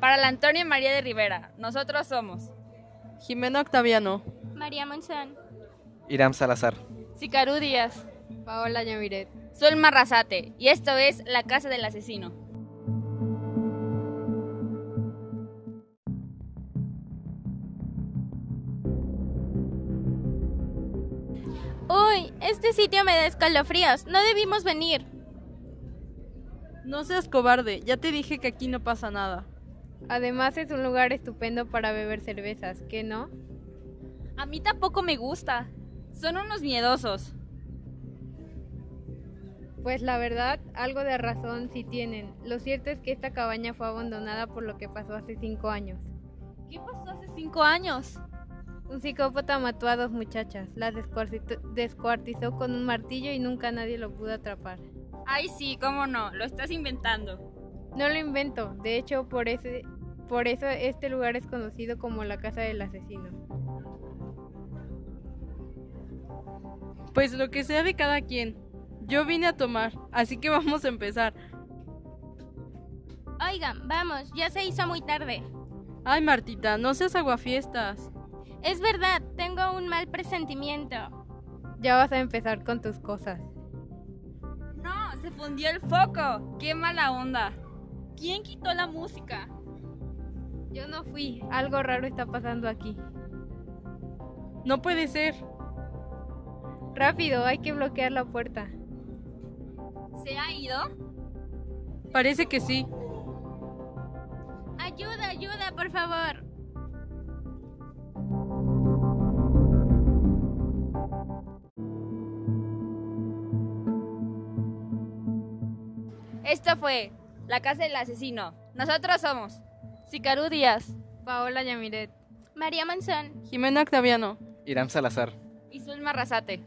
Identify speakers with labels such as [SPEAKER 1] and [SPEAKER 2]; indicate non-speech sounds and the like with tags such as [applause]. [SPEAKER 1] Para la Antonia María de Rivera, nosotros somos
[SPEAKER 2] Jimena Octaviano.
[SPEAKER 3] María Monzán.
[SPEAKER 4] Iram Salazar.
[SPEAKER 5] Sicarú Díaz.
[SPEAKER 6] Paola Ñamiret.
[SPEAKER 1] Zulma Razate. Y esto es La Casa del Asesino.
[SPEAKER 3] Uy, este sitio me da escalofríos. No debimos venir.
[SPEAKER 2] No seas cobarde, ya te dije que aquí no pasa nada.
[SPEAKER 6] Además es un lugar estupendo para beber cervezas, ¿qué no?
[SPEAKER 1] A mí tampoco me gusta. Son unos miedosos.
[SPEAKER 6] Pues la verdad, algo de razón sí tienen. Lo cierto es que esta cabaña fue abandonada por lo que pasó hace cinco años.
[SPEAKER 1] ¿Qué pasó hace cinco años?
[SPEAKER 6] Un psicópata mató a dos muchachas, las descuartizó con un martillo y nunca nadie lo pudo atrapar.
[SPEAKER 1] Ay, sí, cómo no, lo estás inventando.
[SPEAKER 6] No lo invento, de hecho por, ese, por eso este lugar es conocido como la casa del asesino.
[SPEAKER 2] Pues lo que sea de cada quien. Yo vine a tomar, así que [laughs] vamos a empezar.
[SPEAKER 3] Oigan, vamos, ya se hizo muy tarde.
[SPEAKER 2] Ay, Martita, no seas aguafiestas.
[SPEAKER 3] Es verdad, tengo un mal presentimiento.
[SPEAKER 6] Ya vas a empezar con tus cosas.
[SPEAKER 1] No, se fundió el foco. Qué mala onda. ¿Quién quitó la música?
[SPEAKER 6] Yo no fui. Algo raro está pasando aquí.
[SPEAKER 2] No puede ser.
[SPEAKER 6] Rápido, hay que bloquear la puerta.
[SPEAKER 1] ¿Se ha ido?
[SPEAKER 2] Parece que sí.
[SPEAKER 3] Ayuda, ayuda, por favor.
[SPEAKER 1] Esto fue La Casa del Asesino. Nosotros somos
[SPEAKER 5] Sicarú Díaz,
[SPEAKER 6] Paola Yamiret,
[SPEAKER 3] María Manzón,
[SPEAKER 2] Jimena Octaviano.
[SPEAKER 4] Iram Salazar.
[SPEAKER 1] y Zulma Razate.